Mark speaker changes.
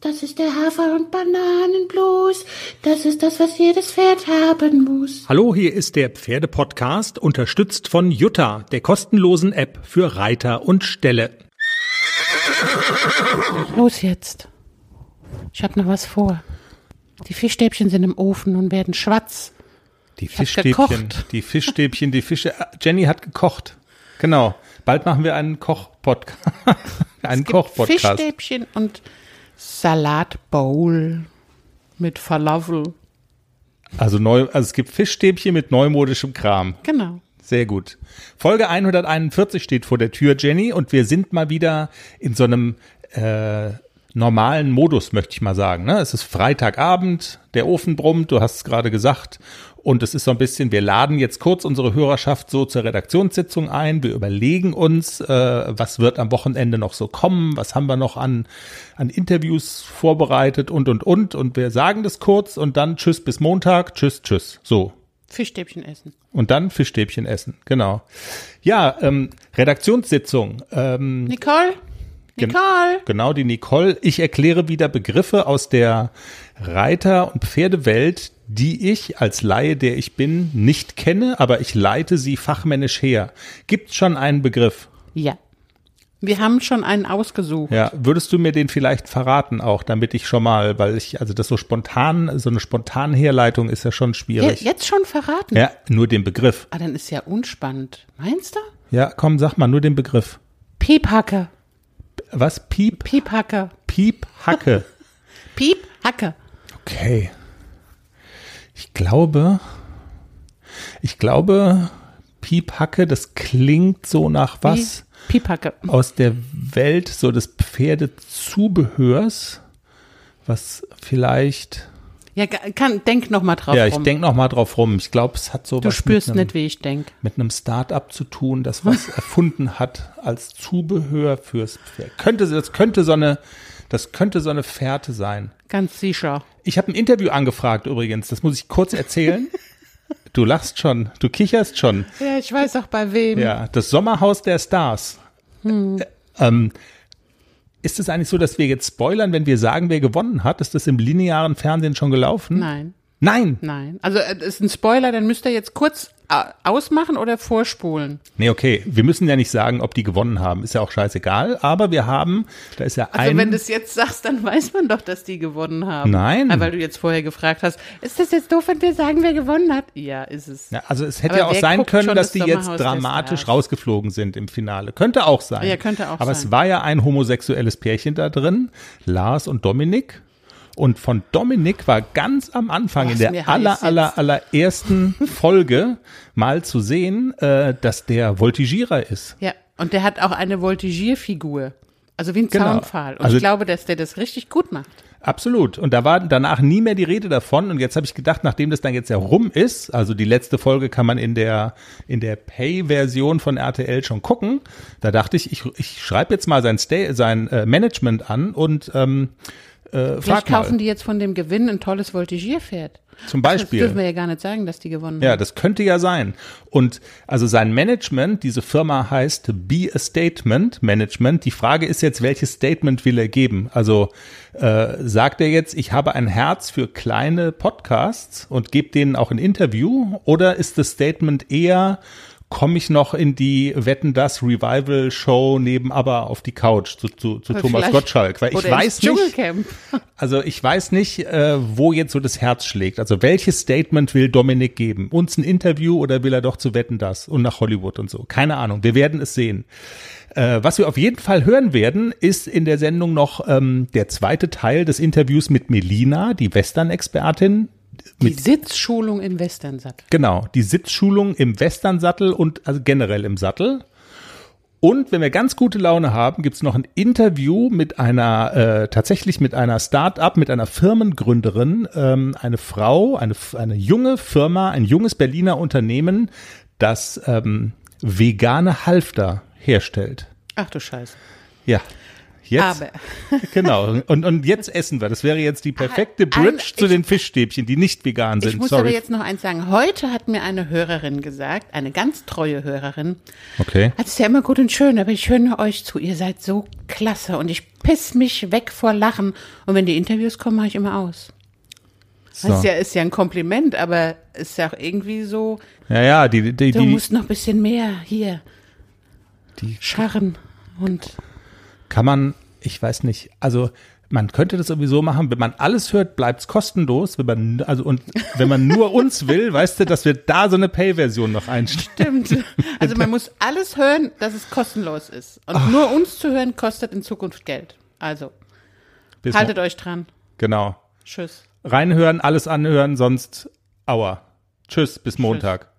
Speaker 1: Das ist der Hafer- und Bananenblues. Das ist das, was jedes Pferd haben muss.
Speaker 2: Hallo, hier ist der Pferdepodcast, unterstützt von Jutta, der kostenlosen App für Reiter und Ställe.
Speaker 1: Los jetzt. Ich hab noch was vor. Die Fischstäbchen sind im Ofen und werden schwarz.
Speaker 3: Die
Speaker 1: hab
Speaker 3: Fischstäbchen,
Speaker 1: gekocht.
Speaker 3: die Fischstäbchen, die Fische. Ah, Jenny hat gekocht. Genau. Bald machen wir einen Koch-Podcast. einen Koch-Podcast.
Speaker 1: Fischstäbchen und Salatbowl mit Falafel.
Speaker 3: Also neu, also es gibt Fischstäbchen mit neumodischem Kram.
Speaker 1: Genau.
Speaker 3: Sehr gut. Folge 141 steht vor der Tür, Jenny, und wir sind mal wieder in so einem äh, normalen Modus, möchte ich mal sagen. Ne? Es ist Freitagabend, der Ofen brummt, du hast es gerade gesagt. Und es ist so ein bisschen, wir laden jetzt kurz unsere Hörerschaft so zur Redaktionssitzung ein. Wir überlegen uns, äh, was wird am Wochenende noch so kommen, was haben wir noch an, an Interviews vorbereitet und, und, und. Und wir sagen das kurz und dann tschüss bis Montag, tschüss, tschüss. So,
Speaker 1: Fischstäbchen essen.
Speaker 3: und dann Fischstäbchen essen, genau. Ja, ähm, Redaktionssitzung. Ähm,
Speaker 1: Nicole? Nicole?
Speaker 3: genau, die Nicole. Ich erkläre wieder Begriffe aus der Reiter- und Pferdewelt, die ich als Laie, der ich bin, nicht kenne, aber ich leite sie fachmännisch her. Gibt schon einen Begriff?
Speaker 1: Ja. Wir haben schon einen ausgesucht.
Speaker 3: Ja, würdest du mir den vielleicht verraten auch, damit ich schon mal, weil ich, also das so spontan, so eine spontane Herleitung ist ja schon
Speaker 1: Je-
Speaker 3: schwierig.
Speaker 1: Jetzt schon verraten?
Speaker 3: Ja, nur den Begriff.
Speaker 1: Ah, dann ist ja unspannend. Meinst du?
Speaker 3: Ja, komm, sag mal, nur den Begriff.
Speaker 1: Piephacke.
Speaker 3: Was? Piep?
Speaker 1: Piephacke.
Speaker 3: Piephacke.
Speaker 1: Piephacke.
Speaker 3: Okay. Ich glaube, ich glaube, Piephacke, das klingt so nach was
Speaker 1: Wie? Piephacke.
Speaker 3: aus der Welt so des Pferdezubehörs, was vielleicht.
Speaker 1: Ja, ge- kann, denk noch mal drauf
Speaker 3: Ja, ich
Speaker 1: rum.
Speaker 3: denk noch mal drauf rum. Ich glaube, es hat so
Speaker 1: du
Speaker 3: was
Speaker 1: spürst
Speaker 3: mit einem,
Speaker 1: nicht, wie ich denk.
Speaker 3: mit einem Start-up zu tun, das was erfunden hat als Zubehör fürs Pferd. Könnte das könnte so eine das könnte so eine Fährte sein.
Speaker 1: Ganz sicher.
Speaker 3: Ich habe ein Interview angefragt übrigens, das muss ich kurz erzählen. Du lachst schon, du kicherst schon.
Speaker 1: Ja, ich weiß auch bei wem.
Speaker 3: Ja, das Sommerhaus der Stars.
Speaker 1: Hm.
Speaker 3: Äh, Ähm, ist es eigentlich so, dass wir jetzt spoilern, wenn wir sagen, wer gewonnen hat? Ist das im linearen Fernsehen schon gelaufen?
Speaker 1: Nein,
Speaker 3: Nein.
Speaker 1: nein. Also äh, das ist ein Spoiler, dann müsst ihr jetzt kurz äh, ausmachen oder vorspulen.
Speaker 3: Nee, okay. Wir müssen ja nicht sagen, ob die gewonnen haben. Ist ja auch scheißegal. Aber wir haben, da ist ja
Speaker 1: Also
Speaker 3: ein.
Speaker 1: wenn du es jetzt sagst, dann weiß man doch, dass die gewonnen haben.
Speaker 3: Nein.
Speaker 1: Aber weil du jetzt vorher gefragt hast, ist das jetzt doof, wenn wir sagen, wer gewonnen hat? Ja, ist es.
Speaker 3: ja, also es hätte
Speaker 1: Aber
Speaker 3: ja auch
Speaker 1: wer
Speaker 3: sein
Speaker 1: guckt
Speaker 3: können,
Speaker 1: schon
Speaker 3: dass
Speaker 1: das
Speaker 3: die jetzt
Speaker 1: Sommerhaus der
Speaker 3: dramatisch
Speaker 1: Stars?
Speaker 3: rausgeflogen sind im Finale. Könnte auch sein.
Speaker 1: Ja, könnte auch
Speaker 3: Aber
Speaker 1: sein.
Speaker 3: es war ja ein homosexuelles Pärchen da drin, Lars und Dominik. Und von Dominik war ganz am Anfang
Speaker 1: Boah,
Speaker 3: in
Speaker 1: ist mir
Speaker 3: der
Speaker 1: heiß
Speaker 3: aller,
Speaker 1: jetzt.
Speaker 3: aller, allerersten Folge mal zu sehen, äh, dass der Voltigierer ist.
Speaker 1: Ja, und der hat auch eine Voltigierfigur. Also wie ein
Speaker 3: Genau.
Speaker 1: Zaunpfahl. Und
Speaker 3: Also-
Speaker 1: ich glaube, dass der das richtig gut macht.
Speaker 3: Absolut. Und da war danach nie mehr die Rede davon. Und jetzt habe ich gedacht, nachdem das dann jetzt ja rum ist, also die letzte Folge kann man in der, in der Pay-Version von RTL schon gucken, da dachte ich, ich, ich schreibe jetzt mal sein, Stay, sein äh, Management an und ähm, äh,
Speaker 1: Vielleicht
Speaker 3: frag
Speaker 1: kaufen
Speaker 3: mal.
Speaker 1: die jetzt von dem Gewinn ein tolles Voltigierpferd.
Speaker 3: Zum
Speaker 1: Das
Speaker 3: Beispiel.
Speaker 1: dürfen wir ja gar nicht sagen, dass die gewonnen
Speaker 3: Ja,
Speaker 1: haben.
Speaker 3: das könnte ja sein. Und also sein Management, diese Firma heißt Be a Statement Management. Die Frage ist jetzt, welches Statement will er geben? Also äh, sagt er jetzt, ich habe ein Herz für kleine Podcasts und gebe denen auch ein Interview? Oder ist das Statement eher, komme ich noch in die Wetten das Revival Show neben aber auf die Couch zu, zu, zu Thomas
Speaker 1: Vielleicht-
Speaker 3: Gottschalk? Weil ich
Speaker 1: Oder ins
Speaker 3: weiß nicht.
Speaker 1: Dschungelcamp.
Speaker 3: Also ich weiß nicht, äh, wo jetzt so das Herz schlägt. Also welches Statement will Dominik geben? Uns ein Interview oder will er doch zu Wetten das und nach Hollywood und so? Keine Ahnung, wir werden es sehen. Äh, was wir auf jeden Fall hören werden, ist in der Sendung noch ähm, der zweite Teil des Interviews mit Melina, die Western-Expertin.
Speaker 1: Die Sitzschulung im Westernsattel.
Speaker 3: Genau, die Sitzschulung im Westernsattel und also generell im Sattel. Und wenn wir ganz gute Laune haben, gibt's noch ein Interview mit einer, äh, tatsächlich mit einer Start-up, mit einer Firmengründerin, ähm, eine Frau, eine, F- eine junge Firma, ein junges Berliner Unternehmen, das ähm, vegane Halfter herstellt.
Speaker 1: Ach du Scheiße.
Speaker 3: Ja. jetzt.
Speaker 1: Habe.
Speaker 3: Genau. Und, und jetzt essen wir. Das wäre jetzt die perfekte
Speaker 1: Ah, ein-
Speaker 3: Bridge zu
Speaker 1: ich-
Speaker 3: den Fischstäbchen, die nicht vegan
Speaker 1: Ich
Speaker 3: sind.
Speaker 1: muss aber
Speaker 3: Sorry.
Speaker 1: jetzt noch eins sagen. Heute hat mir eine Hörerin gesagt, eine ganz treue Hörerin,
Speaker 3: Okay.
Speaker 1: hat es ja immer gut und schön, aber ich höre euch zu. Ihr seid so klasse und ich piss mich weg vor Lachen. Und wenn die Interviews kommen, mache ich immer aus. Das
Speaker 3: So.
Speaker 1: ist ja, ist ja ein Kompliment, aber ist ja auch irgendwie so,
Speaker 3: Ja, ja, die, die,
Speaker 1: du
Speaker 3: die
Speaker 1: musst noch ein bisschen mehr hier
Speaker 3: Die-
Speaker 1: scharren und
Speaker 3: kann man, ich weiß nicht, also man könnte das irgendwie so machen, wenn man alles hört, bleibt's kostenlos. Wenn man, also und wenn man nur uns will, weißt du, dass wir da so eine Pay-Version noch einstellen.
Speaker 1: Stimmt. Also man muss alles hören, dass es kostenlos ist. Und nur uns zu hören, kostet in Zukunft Geld. Also,
Speaker 3: Bis-
Speaker 1: haltet euch dran.
Speaker 3: Genau.
Speaker 1: Tschüss.
Speaker 3: Reinhören, alles anhören, sonst aua. Tschüss, bis Montag.